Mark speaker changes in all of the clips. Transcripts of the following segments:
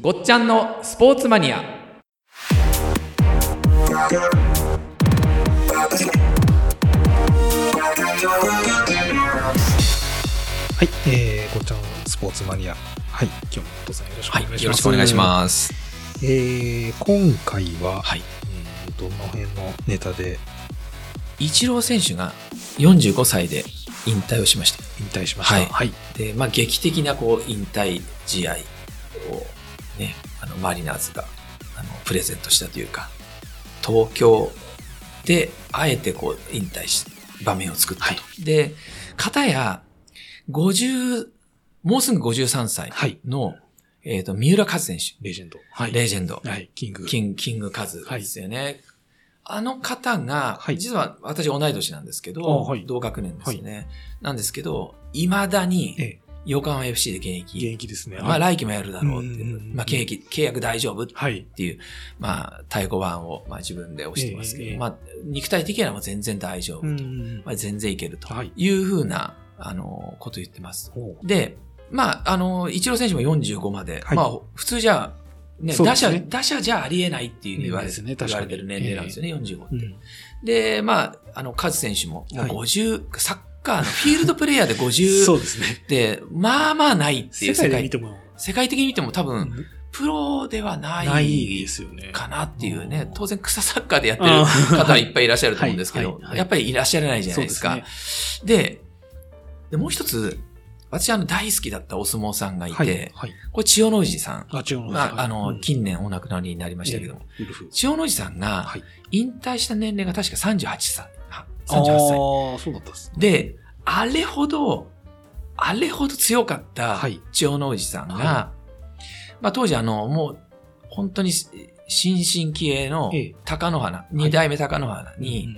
Speaker 1: ごっちゃんのスポーツマニア
Speaker 2: はい、えー、ごっちゃんスポーツマニア。はい、今日もお父さんよろしくお
Speaker 1: は
Speaker 2: 願い
Speaker 1: い
Speaker 2: します。
Speaker 1: よろしくお願いします
Speaker 2: す。えー、今回は、
Speaker 1: はい
Speaker 2: えーどの辺のネタで
Speaker 1: イチロー選手が45歳で引退をしました
Speaker 2: 引退しました
Speaker 1: はい
Speaker 2: はい。
Speaker 1: で、まあ、劇的なこう引退試合を、ね、あのマリナーズがあのプレゼントしたというか東京であえてこう引退し場面を作ったと。で片や50もうすぐ53歳
Speaker 2: はい
Speaker 1: の、えー、と三浦和選手
Speaker 2: レジェンド。は
Speaker 1: レジェンド、
Speaker 2: はい、キング。
Speaker 1: キンキングカズですよね。あの方が、
Speaker 2: はい
Speaker 1: 実は私同い年なんですけど、
Speaker 2: あはい
Speaker 1: 同学年ですよね。なんですけど、未だに
Speaker 2: え
Speaker 1: 横浜 FC で現
Speaker 2: ー、現
Speaker 1: 役。
Speaker 2: 役ですね。
Speaker 1: まあ
Speaker 2: はい、
Speaker 1: 来季もやるだろうっていう
Speaker 2: うんうんう。ん
Speaker 1: まあ契約、契約大丈夫っ
Speaker 2: はい。
Speaker 1: ていう、まあ太鼓判を、まあ、自分で押してますけど、
Speaker 2: ええ
Speaker 1: まあ肉体的にはもう全然大丈夫と。
Speaker 2: ん
Speaker 1: まあ、全然いけると
Speaker 2: はい
Speaker 1: いうふうな、あの、こと言ってます。
Speaker 2: おう
Speaker 1: で、まあ、あの、イチロー選手も45まで、
Speaker 2: はい
Speaker 1: まあ、普通じゃ、ね、
Speaker 2: そうで
Speaker 1: 打
Speaker 2: す
Speaker 1: 者、
Speaker 2: ね
Speaker 1: 打者じゃありえないっていう言われ,、
Speaker 2: ですね
Speaker 1: 言
Speaker 2: 確
Speaker 1: われ
Speaker 2: かに
Speaker 1: てる年齢なんですよね、45って。
Speaker 2: うん
Speaker 1: で、まあ、あの、カズ選手も、もう
Speaker 2: はい
Speaker 1: 50、サッカーのフィールドプレイヤーで
Speaker 2: そ
Speaker 1: 50
Speaker 2: うですね。
Speaker 1: って、まあまあないってい
Speaker 2: 世
Speaker 1: う世
Speaker 2: 界で見
Speaker 1: 界、
Speaker 2: ても、
Speaker 1: 世界的に見ても多分、プロではない
Speaker 2: ないですよね。
Speaker 1: かなっていうね
Speaker 2: う、ん
Speaker 1: 当然草サッカーでやってる方はいっぱいいらっしゃると思うんですけ
Speaker 2: はい
Speaker 1: ど
Speaker 2: はいは、い
Speaker 1: やっぱりいらっしゃらないじゃないです
Speaker 2: そ
Speaker 1: か
Speaker 2: うで。
Speaker 1: で、でもう一つ、私あの大好きだったお相撲さんがい
Speaker 2: はい。
Speaker 1: て、
Speaker 2: はい。
Speaker 1: これ千代の富士さん。
Speaker 2: あ、違うの。
Speaker 1: まあ、あの、
Speaker 2: ン
Speaker 1: 近年お亡くなりになりましたけども、
Speaker 2: ウルフ。
Speaker 1: 千代の富士さんが
Speaker 2: はい
Speaker 1: 引退した年齢が確か38歳。は
Speaker 2: ああ
Speaker 1: 38歳。
Speaker 2: ー、そうだったっす。
Speaker 1: で、あれほど、あれほど強かった
Speaker 2: はい
Speaker 1: 千代の富士さんが、
Speaker 2: は
Speaker 1: まあ当時あの、もう本当に新進気鋭の
Speaker 2: ええ
Speaker 1: 貴乃花、二代目貴乃花に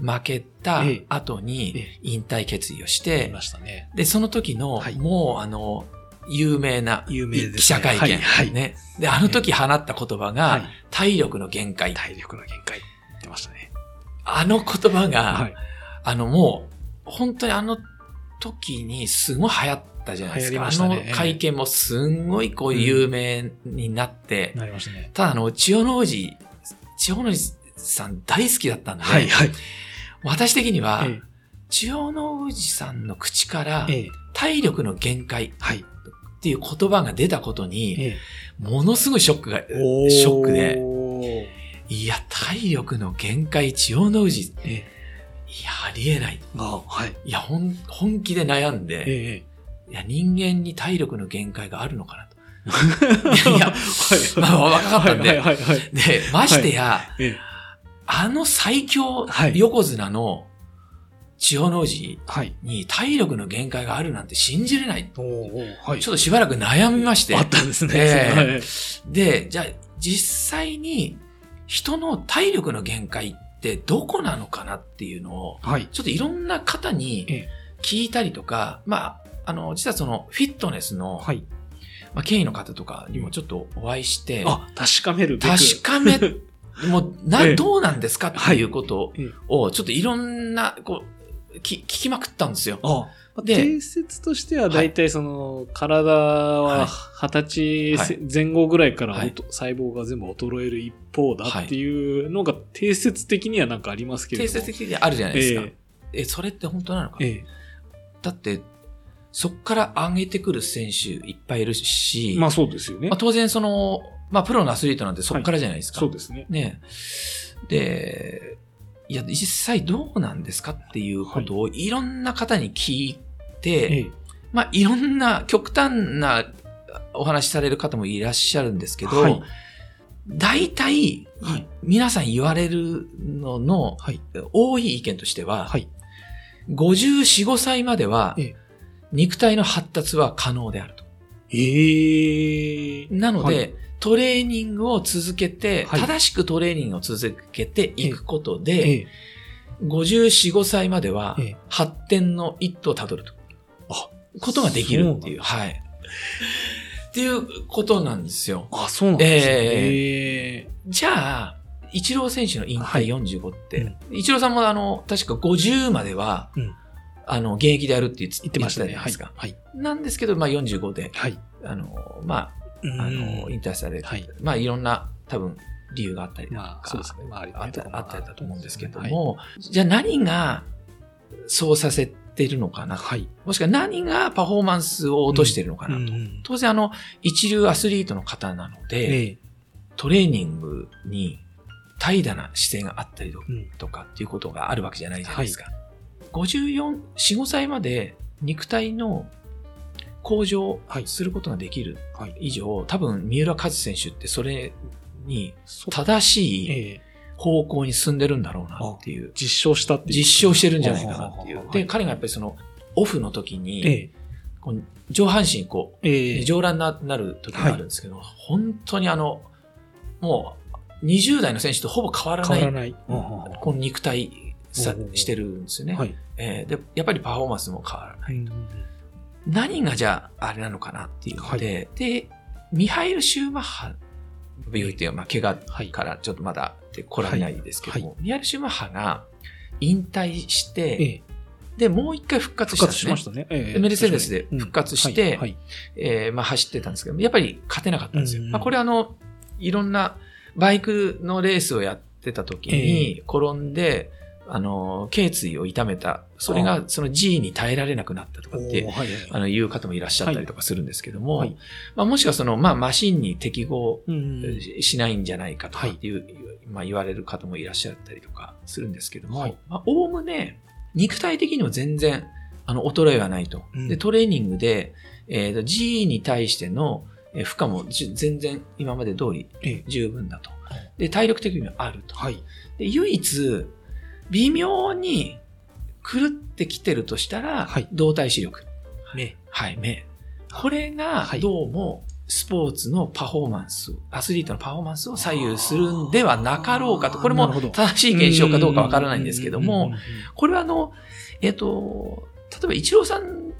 Speaker 1: 負けた
Speaker 2: ええ
Speaker 1: 後
Speaker 2: え
Speaker 1: に
Speaker 2: え
Speaker 1: 引退決意をし
Speaker 2: うん、い
Speaker 1: て
Speaker 2: ま、したね。
Speaker 1: で、その時の
Speaker 2: はい
Speaker 1: もうあの、有名な
Speaker 2: 有名ですね
Speaker 1: 記者会
Speaker 2: はい
Speaker 1: 見
Speaker 2: はい。
Speaker 1: ね。で、あの時放った言葉
Speaker 2: は
Speaker 1: が
Speaker 2: い、
Speaker 1: 体力の限界。
Speaker 2: 体力の限界出ましたね。
Speaker 1: あの言葉
Speaker 2: は
Speaker 1: が
Speaker 2: い、。
Speaker 1: あのもう、本当にあの時にすごい流行ったじゃないです
Speaker 2: 流行り
Speaker 1: か。あ
Speaker 2: ました
Speaker 1: の
Speaker 2: ね
Speaker 1: 会見もすんごいこう有名になって、
Speaker 2: なりましたね。
Speaker 1: ただあの、千代の富士、千代の富士さん大好きだったんで、
Speaker 2: はいはい。
Speaker 1: 私的には、
Speaker 2: え
Speaker 1: 千代の富士さんの口から
Speaker 2: え、ええ
Speaker 1: 体力の限界
Speaker 2: はい。
Speaker 1: っていう言葉が出たことに、
Speaker 2: え
Speaker 1: ものすごいショックが、シ
Speaker 2: え
Speaker 1: ョックで、
Speaker 2: おー
Speaker 1: いや、体力の限界、千代の富士、い
Speaker 2: ええ
Speaker 1: や、ありえない。
Speaker 2: あはい。
Speaker 1: いや、ほん本気で悩ん
Speaker 2: え
Speaker 1: で、
Speaker 2: ええ
Speaker 1: いや、人間に体力の限界があるのかなと。
Speaker 2: え
Speaker 1: いやいや
Speaker 2: はい
Speaker 1: まあ、若かったん
Speaker 2: はい
Speaker 1: で。
Speaker 2: はいはいはい。
Speaker 1: で、ましてや、
Speaker 2: ええ
Speaker 1: あの最強
Speaker 2: はい
Speaker 1: 横綱の千代の富士
Speaker 2: はい。
Speaker 1: に体力の限界があるなんて信じれない。
Speaker 2: おーおーはい。
Speaker 1: ちょっとしばらく悩みまして
Speaker 2: あ。ったんですね。
Speaker 1: ええ
Speaker 2: はい
Speaker 1: で、じゃあ実際に人の体力の限界ってどこなのかなっていうのを、
Speaker 2: はい。
Speaker 1: ちょっといろんな方
Speaker 2: え
Speaker 1: に
Speaker 2: え
Speaker 1: 聞いたりとか、まあ、あの、実はそのフィットネスの、
Speaker 2: はい。
Speaker 1: まあ、権威の方とかにもちょっとお会いして、
Speaker 2: あ、確かめるべく。
Speaker 1: 確かめ、もうな、
Speaker 2: ええ
Speaker 1: どうなんですかっていうこと
Speaker 2: ええ
Speaker 1: を、ちょっといろんな、こう、き聞きまくったんですよ。
Speaker 2: あ
Speaker 1: で
Speaker 2: 定説としては大体その体
Speaker 1: はい
Speaker 2: は二十歳前後ぐらいから
Speaker 1: はい
Speaker 2: おと細胞が全部衰える一方だっていうのが定説的にはなんかありますけれ
Speaker 1: 定
Speaker 2: ども。
Speaker 1: 説的にあるじゃないですか。
Speaker 2: え
Speaker 1: え、それって本当なのか、
Speaker 2: ええ
Speaker 1: だって、そっから上げてくる選手いっぱいいるし、
Speaker 2: えまあそうですよね
Speaker 1: まあ。当然その、まあプロのアスリートなんてそっからじゃないですか。
Speaker 2: そうですね。
Speaker 1: ね。で、いや、実際どうなんですかっていうことをいろんな方に聞いて、
Speaker 2: え
Speaker 1: まあいろんな極端なお話しされる方もいらっしゃるんですけど、
Speaker 2: はい
Speaker 1: 大体、
Speaker 2: はい
Speaker 1: 皆さん言われるのの
Speaker 2: はい。
Speaker 1: 多い意見としては、
Speaker 2: はい。
Speaker 1: 54、5歳までは
Speaker 2: ええ、
Speaker 1: 肉体の発達は可能であると。
Speaker 2: ええ
Speaker 1: なので、
Speaker 2: はい
Speaker 1: トレーニングを続けて、
Speaker 2: はい
Speaker 1: 正しくトレーニングを続けていくこと
Speaker 2: え
Speaker 1: で、
Speaker 2: え
Speaker 1: 54、5歳までは
Speaker 2: ええ、
Speaker 1: 発展の一途をたどると。
Speaker 2: あ
Speaker 1: ことができるっていう。
Speaker 2: そ
Speaker 1: はい。っていうことなんですよ。
Speaker 2: あ、そうなんですね。
Speaker 1: え
Speaker 2: ええ
Speaker 1: じゃあ、イチロー選手の引
Speaker 2: はい
Speaker 1: 退45って、イチローさんもあの、確か50までは、
Speaker 2: うん
Speaker 1: あの、現役でやるって言って
Speaker 2: 言ってましたね。
Speaker 1: 言
Speaker 2: は
Speaker 1: って
Speaker 2: い
Speaker 1: じゃないですか。。
Speaker 2: はい。
Speaker 1: なんですけど、まあ45で、
Speaker 2: はい。
Speaker 1: あの、まあ、あの、引退されて、
Speaker 2: はい
Speaker 1: まあいろんな多分理由があったりだとか、
Speaker 2: まあ、そうですね。まあ、あり
Speaker 1: あったあったりだと思うんですけども、じゃあ何がそうさせてるのかな、
Speaker 2: はい。
Speaker 1: もしくは何がパフォーマンスを落としてるのかなと。
Speaker 2: うん
Speaker 1: 当然あの、一流アスリートの方なので、
Speaker 2: ええ
Speaker 1: トレーニングに怠惰な姿勢があったりと
Speaker 2: うん
Speaker 1: とかっていうことがあるわけじゃないじゃないですか。54、4、5歳まで肉体の向上
Speaker 2: はい
Speaker 1: することができる
Speaker 2: はい。
Speaker 1: 以上、多分三浦和選手ってそれに
Speaker 2: そ
Speaker 1: 正しい
Speaker 2: ええ
Speaker 1: 方向に進んでるんだろうなっていう、
Speaker 2: 実証したっていう。
Speaker 1: 実証してるんじゃないかなってい
Speaker 2: は
Speaker 1: う
Speaker 2: は。は
Speaker 1: で、彼がやっぱりその、オフの時
Speaker 2: え
Speaker 1: に、
Speaker 2: え
Speaker 1: こう上半身こう、
Speaker 2: ええ
Speaker 1: 上乱ななる時があるんですけど、本当にあの、もう20代の選手とほぼ変わらな
Speaker 2: 変
Speaker 1: い、
Speaker 2: わらない。ははは
Speaker 1: この肉体さ
Speaker 2: うんうんうん
Speaker 1: してるんですよね、
Speaker 2: はい。
Speaker 1: えーで。やっぱりパフォーマンスも変わらない。何がじゃああれなのかなっていうので、で、ミハイル・シューマッハ、病院っていうまあ、怪我
Speaker 2: はい。
Speaker 1: からちょっとまだで来られないですけども、
Speaker 2: は
Speaker 1: ミハイル・シューマッハが引退し
Speaker 2: え
Speaker 1: て、
Speaker 2: え
Speaker 1: で、もう一回復活し
Speaker 2: 復
Speaker 1: たんで
Speaker 2: 活
Speaker 1: す
Speaker 2: し
Speaker 1: ね
Speaker 2: ましたね。え
Speaker 1: でメルセデスで復活して
Speaker 2: うんはいはい
Speaker 1: えーまあ、走ってたんですけど、やっぱり勝てなかったんですよ。
Speaker 2: うんうん
Speaker 1: まあ、これあの、いろんなバイクのレースをやってた時に転んで、あの、頸椎を痛めた、それがその G に耐えられなくなったとかっ
Speaker 2: お
Speaker 1: て
Speaker 2: ー、はい
Speaker 1: あの、いう方もいらっしゃったりとかするんですけども、
Speaker 2: はい
Speaker 1: まあ、もしくはその、まあ、マシンに適合
Speaker 2: うん
Speaker 1: しないんじゃないかとか
Speaker 2: はい
Speaker 1: っていう、まあ、言われる方もいらっしゃったりとかするんですけども、
Speaker 2: はい
Speaker 1: まあ、おおむね肉体的にも全然あの衰えはないと、
Speaker 2: うん
Speaker 1: でトレーニングで、えー、と G に対してのえー負荷もじゅ全然今まで通り
Speaker 2: ええ
Speaker 1: 十分だと
Speaker 2: はい
Speaker 1: で体力的にもあると
Speaker 2: はい。
Speaker 1: で唯一微妙に狂ってきてるとしたら、
Speaker 2: はい
Speaker 1: 動体視力
Speaker 2: ね。
Speaker 1: はい、目。これが
Speaker 2: はい
Speaker 1: どうもスポーツのパフォーマンス、アスリートのパフォーマンスを左右するんではなかろうかと。
Speaker 2: あー
Speaker 1: これも
Speaker 2: なるほど
Speaker 1: 正しい現象かどうかわからないんですけど
Speaker 2: うんうん
Speaker 1: も
Speaker 2: うん、うんうん、
Speaker 1: これはあの、えっ、と、例えばイチローさん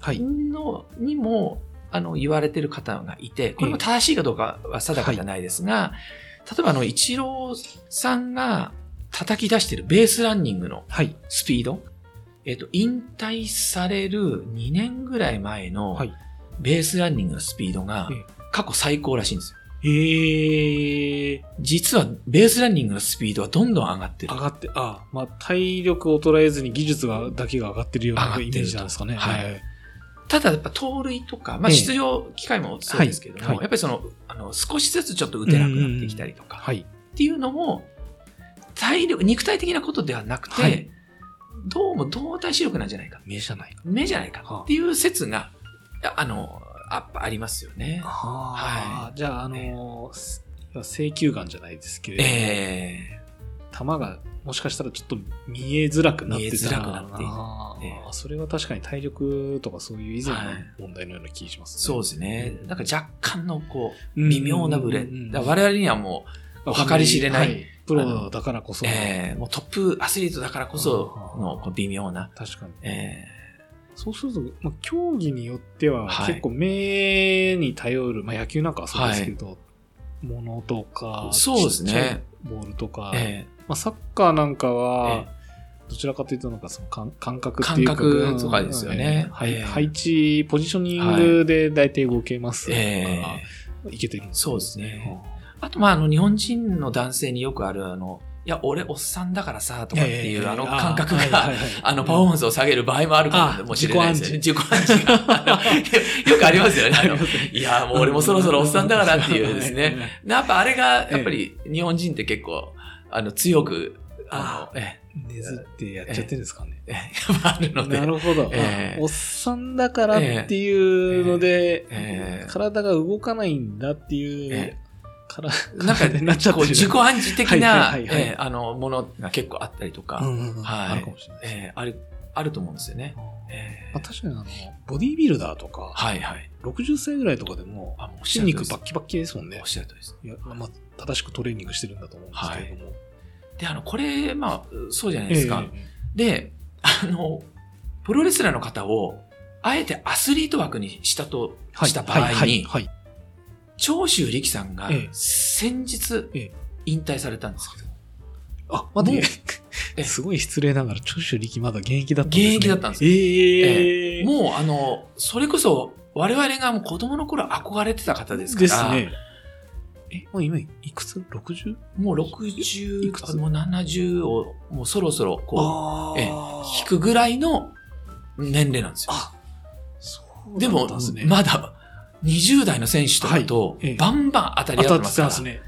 Speaker 2: はい。
Speaker 1: のにも、あの、言われてる方がいて、これも正しいかどうかは定かじゃないですが、例えばあの、イチローさんが叩き出してるベースランニングの
Speaker 2: はい。
Speaker 1: スピード、えっ、と、引退される2年ぐらい前の、
Speaker 2: はい。
Speaker 1: ベースランニングのスピードが
Speaker 2: ええ
Speaker 1: 過去最高らしいんですよ。
Speaker 2: ええ
Speaker 1: 実はベースランニングのスピードはどんどん上がってる
Speaker 2: 上。がって、あ、まあ、体力衰えずに技術が、だけが上がってるよう
Speaker 1: 上がっ
Speaker 2: な
Speaker 1: てる
Speaker 2: イメージなんですかね。
Speaker 1: はい
Speaker 2: え
Speaker 1: ただやっぱ盗塁とか、まあ、
Speaker 2: ええ
Speaker 1: 出場機会もそうですけども、
Speaker 2: はいはい
Speaker 1: やっぱりそのあの少しずつちょっと打てなくなってきたりと
Speaker 2: え
Speaker 1: か
Speaker 2: はい。
Speaker 1: っていうのも体力肉体的なことではなくて、
Speaker 2: はい
Speaker 1: どうも動体視力なんじゃないか
Speaker 2: 目じゃないか。
Speaker 1: 目じゃないかっていう説がああのやっぱありますよね。
Speaker 2: ああ、じゃあ、あのーす請求眼じゃないですけれども、
Speaker 1: え
Speaker 2: 球がもしかしたらちょっと見えづらくなってた
Speaker 1: 見えづらくなっている
Speaker 2: あー
Speaker 1: ええ
Speaker 2: それは確かに体力とかそういう以前の問題のような気がしま
Speaker 1: ー
Speaker 2: すね。
Speaker 1: そうですね。なんか若干のこう
Speaker 2: うん
Speaker 1: 微妙なブレ。
Speaker 2: うんうんうん
Speaker 1: だから我々にはもう計り知れない
Speaker 2: はプロだからこそ、
Speaker 1: えーもうトップアスリートだからこその
Speaker 2: あー
Speaker 1: こう微妙な、
Speaker 2: 確かに。
Speaker 1: え
Speaker 2: そうすると、まあ、競技によっては
Speaker 1: はい
Speaker 2: 結構目に頼る、まあ、野球なんかはそうですけど、ものとか、
Speaker 1: そうですね
Speaker 2: ちっちゃいボールとか
Speaker 1: ー、え
Speaker 2: まあ、サッカーなんかは、
Speaker 1: え
Speaker 2: どちらかというと、なんかその感感覚っていうか、
Speaker 1: 感覚とかですよね
Speaker 2: うんはい
Speaker 1: ええ
Speaker 2: 配置、ポジショニングで大体動けます
Speaker 1: ー
Speaker 2: から、
Speaker 1: え
Speaker 2: いけてるん
Speaker 1: ー
Speaker 2: です
Speaker 1: そうですね。あと、まあ、あの、日本人の男性によくある、あの、いや、俺、おっさんだからさ、とかっていう、あの、感覚が、 あの、パフォーマンスを下げる場合もあるかもしれないですよね。自己暗示が。あ のよくありますよね。あのいや、もう俺もそろそろおっさんだからっていうですね。。やっぱあれが、やっぱり日本人って結構、あの、強く、あの、え
Speaker 2: ねずってやっちゃってるんですかね。
Speaker 1: え、ええあ るので
Speaker 2: な。るほど、
Speaker 1: ええ
Speaker 2: あおっさんだからっていうので、
Speaker 1: ええ
Speaker 2: 体が動かないんだっていう、
Speaker 1: え
Speaker 2: から
Speaker 1: なんか、
Speaker 2: 体になっちゃっ
Speaker 1: こ
Speaker 2: て
Speaker 1: う
Speaker 2: る
Speaker 1: 自己暗示的な、
Speaker 2: はいはいはいはい
Speaker 1: えーあの、ものが結構あったりとか、
Speaker 2: うんうんうん
Speaker 1: はい
Speaker 2: あるかもしれないですね。
Speaker 1: えーある、あると思うんですよね。えー
Speaker 2: まあ、確かにあの、ボディービルダーとか、
Speaker 1: はいはい。
Speaker 2: 60歳ぐらいとかでも、
Speaker 1: あ、もうおっしゃ
Speaker 2: 筋
Speaker 1: る通りで
Speaker 2: 肉
Speaker 1: す
Speaker 2: バッキバッキですもんね
Speaker 1: おっ。しゃるとりです。
Speaker 2: いやまあ、正しくトレーニングしてるんだと思うんですけれども。
Speaker 1: で、あの、これ、まあ、そうじゃない
Speaker 2: ええ
Speaker 1: ですか。で、あの、プロレスラーの方を、あえてアスリート枠にしたと、
Speaker 2: はい
Speaker 1: した場合に、
Speaker 2: はいはいはい
Speaker 1: 長州力さんが
Speaker 2: ええ
Speaker 1: 先日
Speaker 2: ええ、
Speaker 1: 引退されたんですけど、
Speaker 2: あ、待 って
Speaker 1: ええ
Speaker 2: すごい失礼ながら、長州力まだ現役だったんです、ね、
Speaker 1: 現役だったんです
Speaker 2: ええ
Speaker 1: もう、あの、それこそ、我々がもう子供の頃憧れてた方ですから。
Speaker 2: ですね。え、もう今いくつ ?60?
Speaker 1: もう60
Speaker 2: いくつ
Speaker 1: もう70をもうそろそろこ
Speaker 2: あ
Speaker 1: ええう引くぐらいの年齢なんですよ。
Speaker 2: あ、そう
Speaker 1: でも
Speaker 2: なんすね、
Speaker 1: まだ20代の選手とか
Speaker 2: は
Speaker 1: と
Speaker 2: いええ
Speaker 1: バンバン当たり合ったて
Speaker 2: 当っ
Speaker 1: ま
Speaker 2: て
Speaker 1: すか
Speaker 2: たん
Speaker 1: ら。
Speaker 2: で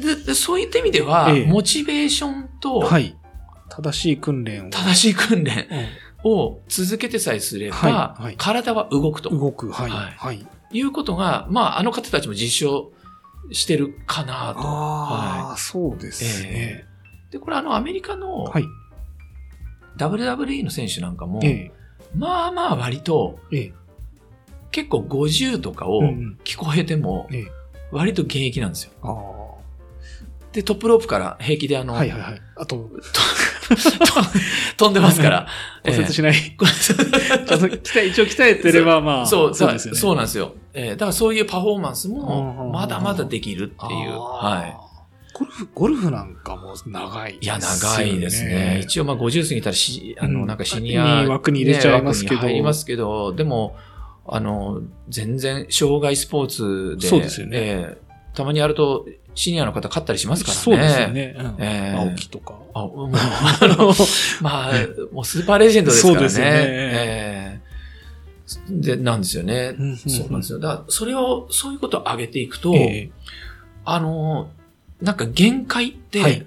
Speaker 2: すね。
Speaker 1: ででそういった意味では、
Speaker 2: ええ
Speaker 1: モチベーションと
Speaker 2: はい。正しい訓練を。
Speaker 1: 正しい訓練
Speaker 2: うん
Speaker 1: を続けてさえすれば、
Speaker 2: はいはい
Speaker 1: 体は動くと
Speaker 2: 動く、はい、
Speaker 1: はい
Speaker 2: はい。
Speaker 1: いうことが、まあ、あの方たちも実証してるかなと。
Speaker 2: ああ、そうですね。
Speaker 1: で、これあの、アメリカの
Speaker 2: はい。
Speaker 1: WWE の選手なんかも、
Speaker 2: ええ、
Speaker 1: まあまあ割と、
Speaker 2: ええ、
Speaker 1: 結構50とかを
Speaker 2: うんうん
Speaker 1: 聞こえても
Speaker 2: ええ、
Speaker 1: 割と現役なんですよ。
Speaker 2: ああ、
Speaker 1: で、トップロープから平気であの、
Speaker 2: はいはいはい。あと、
Speaker 1: 飛んでますから。
Speaker 2: 骨 折しない。
Speaker 1: ええ骨折
Speaker 2: あの鍛え一応鍛えてれば、まあ、
Speaker 1: そう、そう
Speaker 2: ですよね。
Speaker 1: そうなんですよ。ええだからそういうパフォーマンス
Speaker 2: うんうんう
Speaker 1: も、
Speaker 2: ん
Speaker 1: まだまだできるっていう。はい。
Speaker 2: い。ゴルフ、ゴルフなんかも長い、
Speaker 1: いや、長いですね。。一応、まあ、50過ぎたらし、あ
Speaker 2: う
Speaker 1: の、
Speaker 2: ん
Speaker 1: なんかシニア、
Speaker 2: いい枠に入れちゃいますけど
Speaker 1: ね枠に入りますけど、でも、あの、全然、障害スポーツで、
Speaker 2: そうですよね
Speaker 1: えーたまにやると、シニアの方勝ったりしますからね。
Speaker 2: そうですよ。ね。うん
Speaker 1: ええ
Speaker 2: 青木とか。
Speaker 1: あ、もう、 あの、まあ、もうスーパーレジェンドですからね。
Speaker 2: そうですよね
Speaker 1: えーで、なんですよね。そうなんです
Speaker 2: よ。
Speaker 1: よ。だから、それを、そういうことを上げていくと、
Speaker 2: え
Speaker 1: あの、なんか限界って、
Speaker 2: はい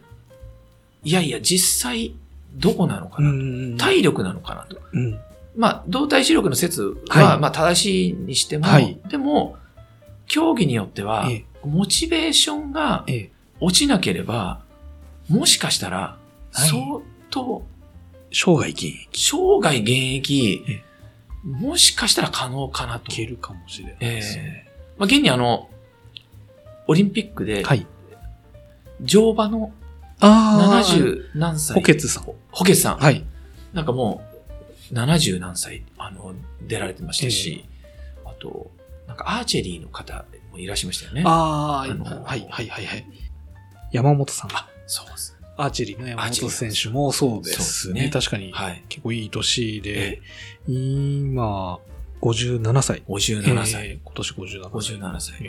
Speaker 2: い、
Speaker 1: やいや、実際、どこなのか
Speaker 2: えう
Speaker 1: な、
Speaker 2: ん
Speaker 1: 体力なのかなと。
Speaker 2: うん
Speaker 1: まあ、動体視力の説は、
Speaker 2: はい
Speaker 1: まあ、正しいにしても、
Speaker 2: はい
Speaker 1: でも、競技によっては、
Speaker 2: え
Speaker 1: モチベーションが
Speaker 2: えええ
Speaker 1: 落ちなければ、もしかしたら、
Speaker 2: はい
Speaker 1: 相当、
Speaker 2: 生涯現役。
Speaker 1: 生涯現役
Speaker 2: ええ、
Speaker 1: もしかしたら可能かなと
Speaker 2: い。けるかもしれない
Speaker 1: え
Speaker 2: ですね。
Speaker 1: えまあ、現にあの、オリンピックで、
Speaker 2: はい。
Speaker 1: 乗馬の
Speaker 2: ああ、
Speaker 1: 70何歳。
Speaker 2: 補欠さん。
Speaker 1: 補欠さん。
Speaker 2: はい。
Speaker 1: なんかもう、70何歳、あの、出られてましたし、あと、なんかアーチェリーの方もいらっしゃいましたよね。
Speaker 2: ああ、
Speaker 1: あの
Speaker 2: はい、はい、はい、はい。山本さん。
Speaker 1: そうです。
Speaker 2: アーチェリーの山
Speaker 1: アーチェリ
Speaker 2: 本
Speaker 1: ー
Speaker 2: 選手もそうで
Speaker 1: そう
Speaker 2: す
Speaker 1: ですね
Speaker 2: ね。確かに、
Speaker 1: はい。
Speaker 2: 結構いい年で
Speaker 1: え、
Speaker 2: 今、57歳。
Speaker 1: 57歳。
Speaker 2: えー今年57歳。
Speaker 1: 57歳。
Speaker 2: え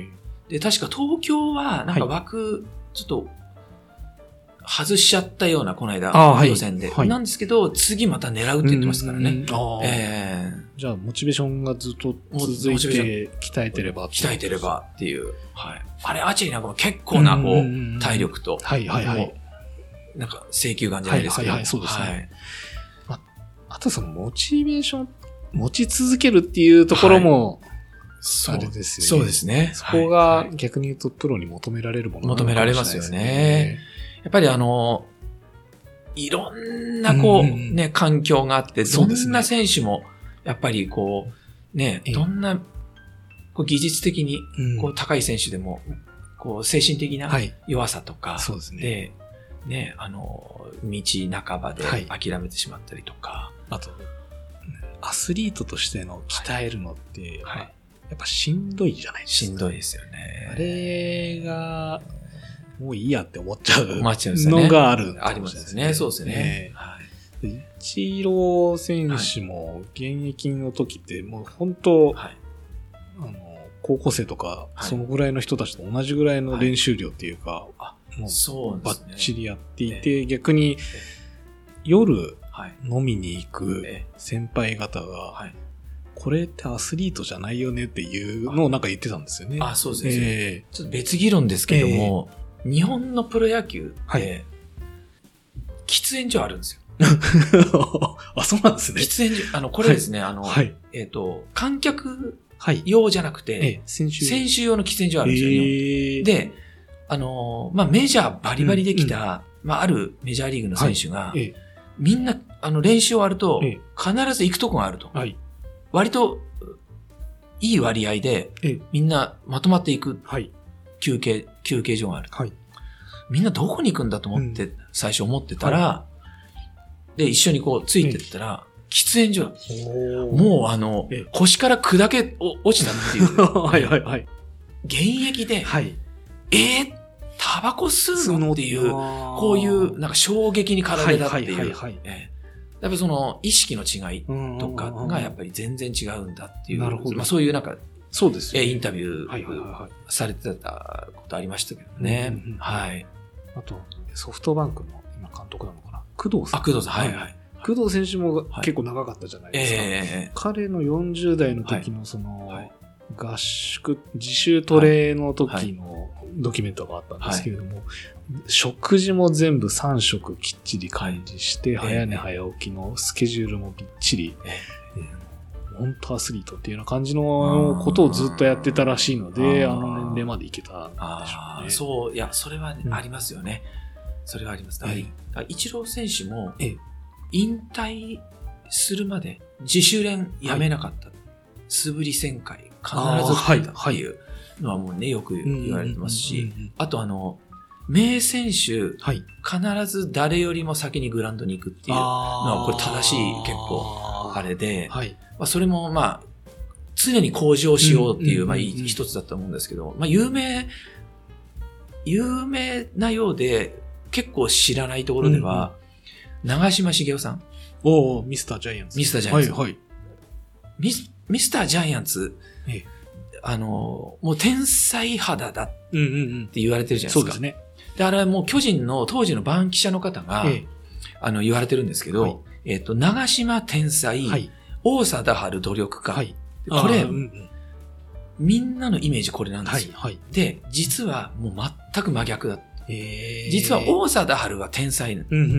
Speaker 2: ー
Speaker 1: で、確か東京は、なんか枠、ちょっと、外しちゃったような、この間、
Speaker 2: あーはい
Speaker 1: 予選で、
Speaker 2: はい
Speaker 1: なんですけど、次また狙うって言ってましたから
Speaker 2: うん
Speaker 1: ね。。
Speaker 2: ああ
Speaker 1: え
Speaker 2: じゃあ、モチベーションがずっと
Speaker 1: モ
Speaker 2: 続
Speaker 1: チベー
Speaker 2: い
Speaker 1: ション
Speaker 2: て、鍛えてれば。
Speaker 1: え鍛えてれ。ばっていう。はい。あれ、アーチェリーなんかも結構な、こう、
Speaker 2: ん
Speaker 1: 体。力と、
Speaker 2: はい、はい、はい。
Speaker 1: なんか、請求眼じゃないですけど。
Speaker 2: はいはいはいそうですね
Speaker 1: はい
Speaker 2: あとそのモチベーション、持ち続けるっていうところも、
Speaker 1: そ
Speaker 2: あ
Speaker 1: う
Speaker 2: れですよね。
Speaker 1: そうで。すね。
Speaker 2: そこ
Speaker 1: はい
Speaker 2: が
Speaker 1: はい
Speaker 2: 逆に言うとプロに求められるものなの
Speaker 1: 求められますよね
Speaker 2: かもしれないです。
Speaker 1: やっぱりあの、いろんなこう、
Speaker 2: うんうんうん
Speaker 1: ね、環境があって、
Speaker 2: そ
Speaker 1: ど
Speaker 2: うです
Speaker 1: ん
Speaker 2: ね
Speaker 1: な選手も、やっぱりこう、ね
Speaker 2: え、え
Speaker 1: どんな、こう技術的に、
Speaker 2: うん
Speaker 1: こう、高い選手でも、こう、精神的な
Speaker 2: はい。
Speaker 1: 弱さとか、
Speaker 2: そうですね。
Speaker 1: で、ね、あの、道半ばで
Speaker 2: はい
Speaker 1: 諦めてしまったりとか、
Speaker 2: あと、アスリートとしての鍛えるのって、
Speaker 1: はい
Speaker 2: やっぱしんどいじゃないです
Speaker 1: し
Speaker 2: か。
Speaker 1: んどいですよね。
Speaker 2: あれが、もういいやって思っちゃう
Speaker 1: 思っちゃうんですよね
Speaker 2: のがある
Speaker 1: ありますね。そうですね。。はい
Speaker 2: ええイチロー選手も現役の時って、もう本当、
Speaker 1: はい。
Speaker 2: あの、高校生とか、
Speaker 1: はい
Speaker 2: そのぐらいの人たちと同じぐらいの練習量っていうか、
Speaker 1: あ
Speaker 2: も
Speaker 1: そうで
Speaker 2: バ
Speaker 1: すね。
Speaker 2: ッチリやっていて、逆に夜
Speaker 1: はい。
Speaker 2: 飲みに行く
Speaker 1: え
Speaker 2: 先輩方
Speaker 1: え
Speaker 2: が、
Speaker 1: はい。
Speaker 2: これってアスリートじゃないよねっていうのをなんか言ってたんですよね。
Speaker 1: あ、そうですね。
Speaker 2: え
Speaker 1: ちょっと別議論ですけども、日本のプロ野球って、
Speaker 2: はい
Speaker 1: 喫煙所あるんですよ。
Speaker 2: えあ、そうなんですね。
Speaker 1: 喫煙所、あの、これですね、あの、
Speaker 2: はい。
Speaker 1: えっ、と、観客
Speaker 2: はい。
Speaker 1: 用じゃなく
Speaker 2: え
Speaker 1: て、
Speaker 2: え、先週。
Speaker 1: 選手用の喫煙所あるんですよ、日本
Speaker 2: ええ、
Speaker 1: で、あのー、まあ、メジャーバリバリできた、まあ、あるメジャーリーグの選手が、
Speaker 2: ええ、
Speaker 1: みんな、あの、練習終わると、
Speaker 2: ええ
Speaker 1: 必ず行くとこがあると。
Speaker 2: はい。
Speaker 1: 割と、いい割合で、
Speaker 2: ええ、
Speaker 1: みんなまとまっていく
Speaker 2: はい。
Speaker 1: 休憩、休憩所がある。
Speaker 2: はい。
Speaker 1: みんなどこに行くんだと思って、最初思ってたら、で、一緒にこう、ついてったら、喫煙所だった
Speaker 2: も
Speaker 1: もうあの
Speaker 2: ええ、
Speaker 1: 腰から砕けお落ちたっていうう。
Speaker 2: はいはいはい。
Speaker 1: 現役で、
Speaker 2: はい。
Speaker 1: えー、タバコ吸うのっていう、こ
Speaker 2: こ
Speaker 1: ういう、なんか衝撃に駆られたって
Speaker 2: はい
Speaker 1: い
Speaker 2: はいうはいはい。
Speaker 1: ええやっぱりその意識の違いとかがやっ
Speaker 2: ぱ
Speaker 1: ぱり全然違うんだっていう、
Speaker 2: なるほど
Speaker 1: まあ、そういうなんか、
Speaker 2: そうですよ
Speaker 1: え
Speaker 2: ね
Speaker 1: インタビュ
Speaker 2: はいはいはい
Speaker 1: ー
Speaker 2: はい。
Speaker 1: されてたことありましたけどね。
Speaker 2: うんうんうん
Speaker 1: はい。
Speaker 2: あと、ソフトバンクの今監督なのかな工藤さん。
Speaker 1: あ、工藤さん、はいはい。
Speaker 2: 工藤選手も
Speaker 1: はい
Speaker 2: 結構長かったじゃない
Speaker 1: え
Speaker 2: ですか。
Speaker 1: え
Speaker 2: 彼の40代の時のその、
Speaker 1: はい
Speaker 2: 合宿、自主トレの時のドキュメントがあったんですけれども、食事も全部3食きっちり管理して、
Speaker 1: はい
Speaker 2: 早寝早起きのスケジュールもびっちり、
Speaker 1: え
Speaker 2: うん本当アスリートっていうような感じのことをずっとやってたらしいので、
Speaker 1: あー
Speaker 2: あの年齢までいけたんでしょ
Speaker 1: あ
Speaker 2: う
Speaker 1: あ、
Speaker 2: ね。
Speaker 1: そう、いや、それはね
Speaker 2: うん
Speaker 1: ありますよね。それはあります。だ
Speaker 2: ええ
Speaker 1: から、イチロー選手も
Speaker 2: ええ、
Speaker 1: 引退するまで自主練やめなかった。素振り旋回、必ず振った
Speaker 2: あーは
Speaker 1: っ
Speaker 2: い
Speaker 1: ていうのはもうね、よく言われてます
Speaker 2: うん
Speaker 1: し、
Speaker 2: うんうんうん、
Speaker 1: あとあの、名選手、
Speaker 2: はい。
Speaker 1: 必ず誰よりも先にグラウンドに行くっていう、あ
Speaker 2: あ
Speaker 1: これ正しい結構
Speaker 2: 構
Speaker 1: れで、
Speaker 2: はい。
Speaker 1: まあ、それもまあ、常に向上しようっていう、
Speaker 2: うん
Speaker 1: まあ、
Speaker 2: うんうん
Speaker 1: い一つだと思うんですけど、まあ、有名、有名なようで、結構知らないところでは、長嶋茂雄さん、
Speaker 2: おおミスタージャイアンツ。
Speaker 1: ミスタージャイアンツ
Speaker 2: はいはい。
Speaker 1: ミスミスタージャイアンツ
Speaker 2: ええ、
Speaker 1: あの、もう天才肌だっ
Speaker 2: うんうんうん。
Speaker 1: て言われてるじゃないで
Speaker 2: そ
Speaker 1: す
Speaker 2: う
Speaker 1: か。
Speaker 2: ですね。
Speaker 1: であれはもう巨人の当時の番記者の方が、
Speaker 2: え
Speaker 1: あの、言われてるんですけど、
Speaker 2: はい
Speaker 1: えっ、と、長島天才、
Speaker 2: えはい。
Speaker 1: 大貞治努力家、
Speaker 2: はい。
Speaker 1: これ
Speaker 2: あー、うんうん
Speaker 1: みんなのイメージこれなんで
Speaker 2: はい
Speaker 1: すよ。
Speaker 2: はい。
Speaker 1: で、実はもう全く真逆だ。
Speaker 2: ええ
Speaker 1: 実は大貞治は天才、
Speaker 2: うんうんうんうんう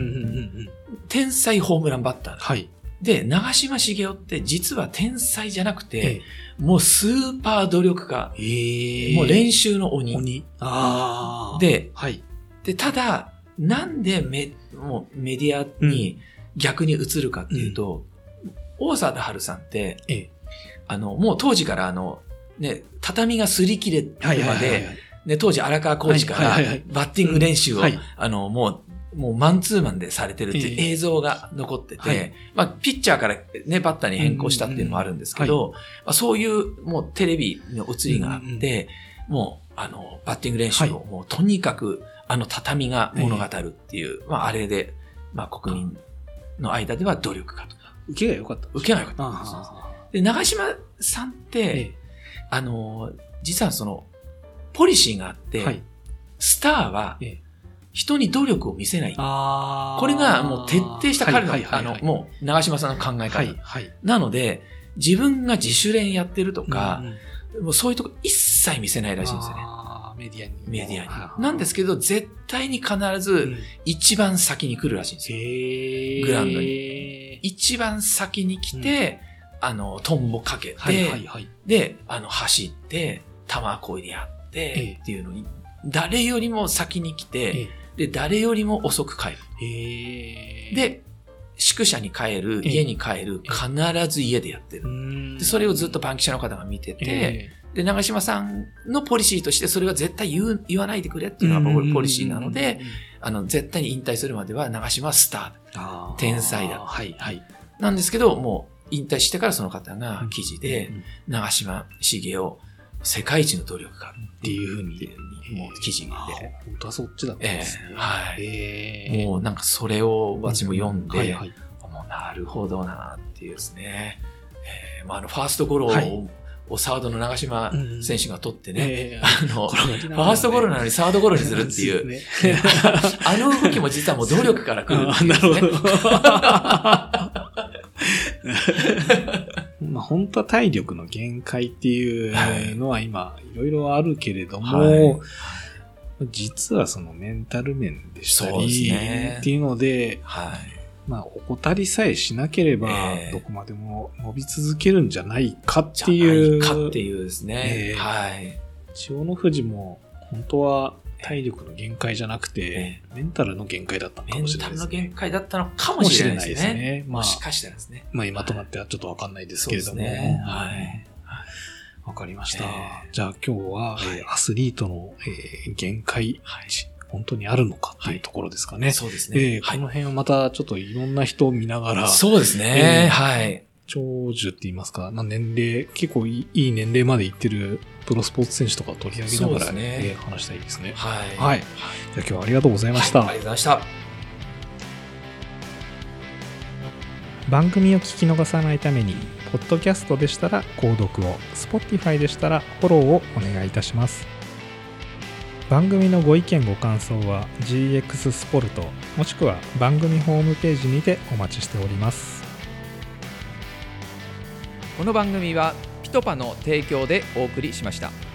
Speaker 2: ん。
Speaker 1: 天才ホームランバッターだ。
Speaker 2: はい。
Speaker 1: で、長嶋茂雄って実は天才じゃなくて、
Speaker 2: え
Speaker 1: もうスーパー努力家。
Speaker 2: えええ
Speaker 1: もう練習の鬼。
Speaker 2: 鬼。ああ。、
Speaker 1: で、
Speaker 2: はい。
Speaker 1: で、ただ、なんでメもうメディアに逆に映るかっていうと、大貞治さんって、
Speaker 2: ええ
Speaker 1: あの、もう当時からあの、ね、畳が擦り切れてまで、
Speaker 2: い。
Speaker 1: ね、当時荒川浩二から
Speaker 2: はいはいはい
Speaker 1: バッティング練習を、
Speaker 2: はい。
Speaker 1: あの、もう、もうマンツーマンでされてるって
Speaker 2: ええ
Speaker 1: いう映像が残ってて、
Speaker 2: はい
Speaker 1: まあ、ピッチャーからね、バッターに変更したっていうのもあるんですけど、まあ、そういうもうテレビの映りがあって、
Speaker 2: うんうん
Speaker 1: もう、あの、バッティング練習を、
Speaker 2: は
Speaker 1: もうとにかく、あの畳が物語るっていう、まあ、あれで、まあ、国民の間では努力かと。
Speaker 2: 受けが良かった。
Speaker 1: 受けが良かった
Speaker 2: あ
Speaker 1: で、長島さんって、
Speaker 2: ーえ
Speaker 1: あの、実はその、ポリシーがあって、
Speaker 2: えはい。
Speaker 1: スターは
Speaker 2: ええ
Speaker 1: 人に努力を見せない。
Speaker 2: ああ。
Speaker 1: これがもう徹底した彼の、
Speaker 2: はいはい
Speaker 1: あ
Speaker 2: はいは
Speaker 1: の
Speaker 2: い、
Speaker 1: もう長嶋さんの考え方。
Speaker 2: はい。はい。
Speaker 1: なので、自分が自主練やってるとか
Speaker 2: う、んうん、
Speaker 1: もうそういうとこ一切見せないらしいんですよね。
Speaker 2: あーメディアに。
Speaker 1: メディ
Speaker 2: は
Speaker 1: ア
Speaker 2: い
Speaker 1: に。なんですけど、絶対に必
Speaker 2: う
Speaker 1: ず
Speaker 2: ん
Speaker 1: 一番先に来るらしいんですよ。
Speaker 2: へ
Speaker 1: グラウンド
Speaker 2: に。
Speaker 1: 一番先に来て、あの、トンボかけて、
Speaker 2: はいはいはい。
Speaker 1: で、あの、走って、玉こいでやっ
Speaker 2: え
Speaker 1: て
Speaker 2: え、
Speaker 1: っていうのに、誰よりも先に来て、
Speaker 2: え
Speaker 1: で、誰よりも遅く帰る。
Speaker 2: え、
Speaker 1: で、宿舎に帰る、
Speaker 2: ええ
Speaker 1: 家に帰る、必ず家でやってる。でそれをずっとパン記者の方が見てて、
Speaker 2: え
Speaker 1: で、長嶋さんのポリシーとして、それは絶対言う言わないでくれっていうのが僕のポリシーなので、、あの、絶対に引退するまでは長嶋はスタ
Speaker 2: あー
Speaker 1: 天才だ
Speaker 2: はいはい。
Speaker 1: ー。なんですけど、もう引退してからその方が記事
Speaker 2: う
Speaker 1: で、
Speaker 2: ん、っ
Speaker 1: 長嶋茂雄、世界一の努力家って
Speaker 2: て
Speaker 1: い
Speaker 2: いうう
Speaker 1: ふ
Speaker 2: ふ
Speaker 1: う
Speaker 2: う
Speaker 1: に
Speaker 2: に、、
Speaker 1: もう記事で
Speaker 2: えー。あー本当はそっちだったんですね。
Speaker 1: ええはい
Speaker 2: ええ
Speaker 1: もうなんかそれを私も読んで、
Speaker 2: はいはい
Speaker 1: もうなるほどなっていうですね。えーまあ、あの、ファーストゴロを、
Speaker 2: はい
Speaker 1: をサードの長嶋
Speaker 2: うん
Speaker 1: 選手が取ってね、
Speaker 2: ええ
Speaker 1: あの、フ
Speaker 2: 転が りながらね
Speaker 1: ァーストゴロなのにサードゴロにするっていう、
Speaker 2: そうですね
Speaker 1: あの動きも実はもう努力から来る
Speaker 2: あ
Speaker 1: って
Speaker 2: ー
Speaker 1: い
Speaker 2: な
Speaker 1: う
Speaker 2: る
Speaker 1: ですね、
Speaker 2: ほど。まあ本当は体力の限界っていうのは今いろいろあるけれども、
Speaker 1: はい
Speaker 2: 実はそのメンタル面でした
Speaker 1: そうです
Speaker 2: り、
Speaker 1: ね
Speaker 2: っていうので、
Speaker 1: はい。
Speaker 2: まあ、怠りさえしなければ
Speaker 1: ええ、
Speaker 2: どこまでも伸び続けるんじゃないかっ
Speaker 1: じ
Speaker 2: ていう、
Speaker 1: ゃないかっていうですね。
Speaker 2: ええ
Speaker 1: はい。
Speaker 2: 千代の富士も、本当は体力の限界じゃなくて
Speaker 1: え、
Speaker 2: メンタルの限界だったのか
Speaker 1: メン
Speaker 2: もしれな
Speaker 1: タル
Speaker 2: いです
Speaker 1: の
Speaker 2: ね。
Speaker 1: 限界だったのか
Speaker 2: か
Speaker 1: もしれないですね。
Speaker 2: まあ
Speaker 1: も、しかしたらですね。
Speaker 2: まあ、今となってはちょっとわかんないですけれども。
Speaker 1: そうですねはい
Speaker 2: わかりました。
Speaker 1: え
Speaker 2: じゃあ今日は、
Speaker 1: はい
Speaker 2: えーアスリートの、えー限界、
Speaker 1: はい。
Speaker 2: 本当にあるのかっていうところですかね。
Speaker 1: そうです
Speaker 2: え
Speaker 1: ね。
Speaker 2: ー
Speaker 1: は
Speaker 2: こ
Speaker 1: い
Speaker 2: の辺をまたちょっといろんな人を見ながら、
Speaker 1: そうです
Speaker 2: え
Speaker 1: ね。
Speaker 2: え
Speaker 1: はい。
Speaker 2: 長寿って言いますか、まあ、年齢、結構いいいい年齢までいってるプロスポーツ選手とかを取り上げなが
Speaker 1: そ
Speaker 2: ら、
Speaker 1: うですね
Speaker 2: えー話したいですね。
Speaker 1: はい。
Speaker 2: はいい。じゃあ今日はありがとうございました。
Speaker 1: ありがとうございました。
Speaker 2: 番組を聞き逃さないために、ポッドキャストでしたら購読を、Spotify でしたらフォローをお願いいたします。番組のご意見ご感想は GX スポルトもしくは番組ホームページにてお待ちしております。
Speaker 1: この番組はピトパの提供でお送りしました。